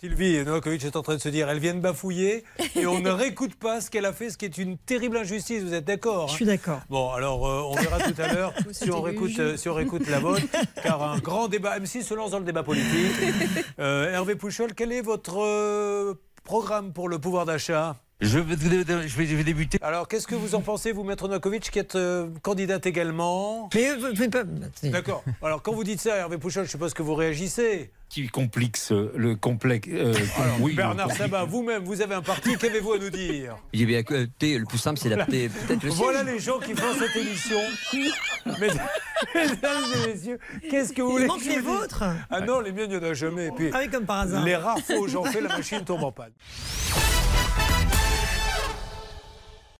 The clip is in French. Sylvie Novakovic est en train de se dire, elle vient de bafouiller et on ne réécoute pas ce qu'elle a fait, ce qui est une terrible injustice. Vous êtes d'accord Je hein suis d'accord. Bon, alors euh, on verra tout à l'heure si, on réécoute, euh, si on réécoute la vôtre, car un grand débat, M6 se lance dans le débat politique. Euh, Hervé Pouchol, quel est votre euh, programme pour le pouvoir d'achat Je vais, je vais- je vais débuter. Alors qu'est-ce que vous en pensez, vous, Maître Novakovic, qui êtes euh, candidate également Mais euh, vous pouvez pas. attendez. D'accord. Alors quand vous dites ça, Hervé Pouchol, je suppose que vous réagissez. Qui complique ce- le complexe euh, Alors, oui, Bernard le- Sabat, vous-même, vous avez un parti, qu'avez-vous à nous dire Eh bien, écoutez, le plus simple, c'est d'appeler peut-être le Voilà siège. les gens qui font cette émission. Mesdames mesdames et messieurs, qu'est-ce que vous Il voulez manque que je les vous dise vôtres Ah non, les miens, il n'y en a jamais. Et puis, Ah oui, comme par hasard. les rares fois où j'en fais, la machine tombe en panne.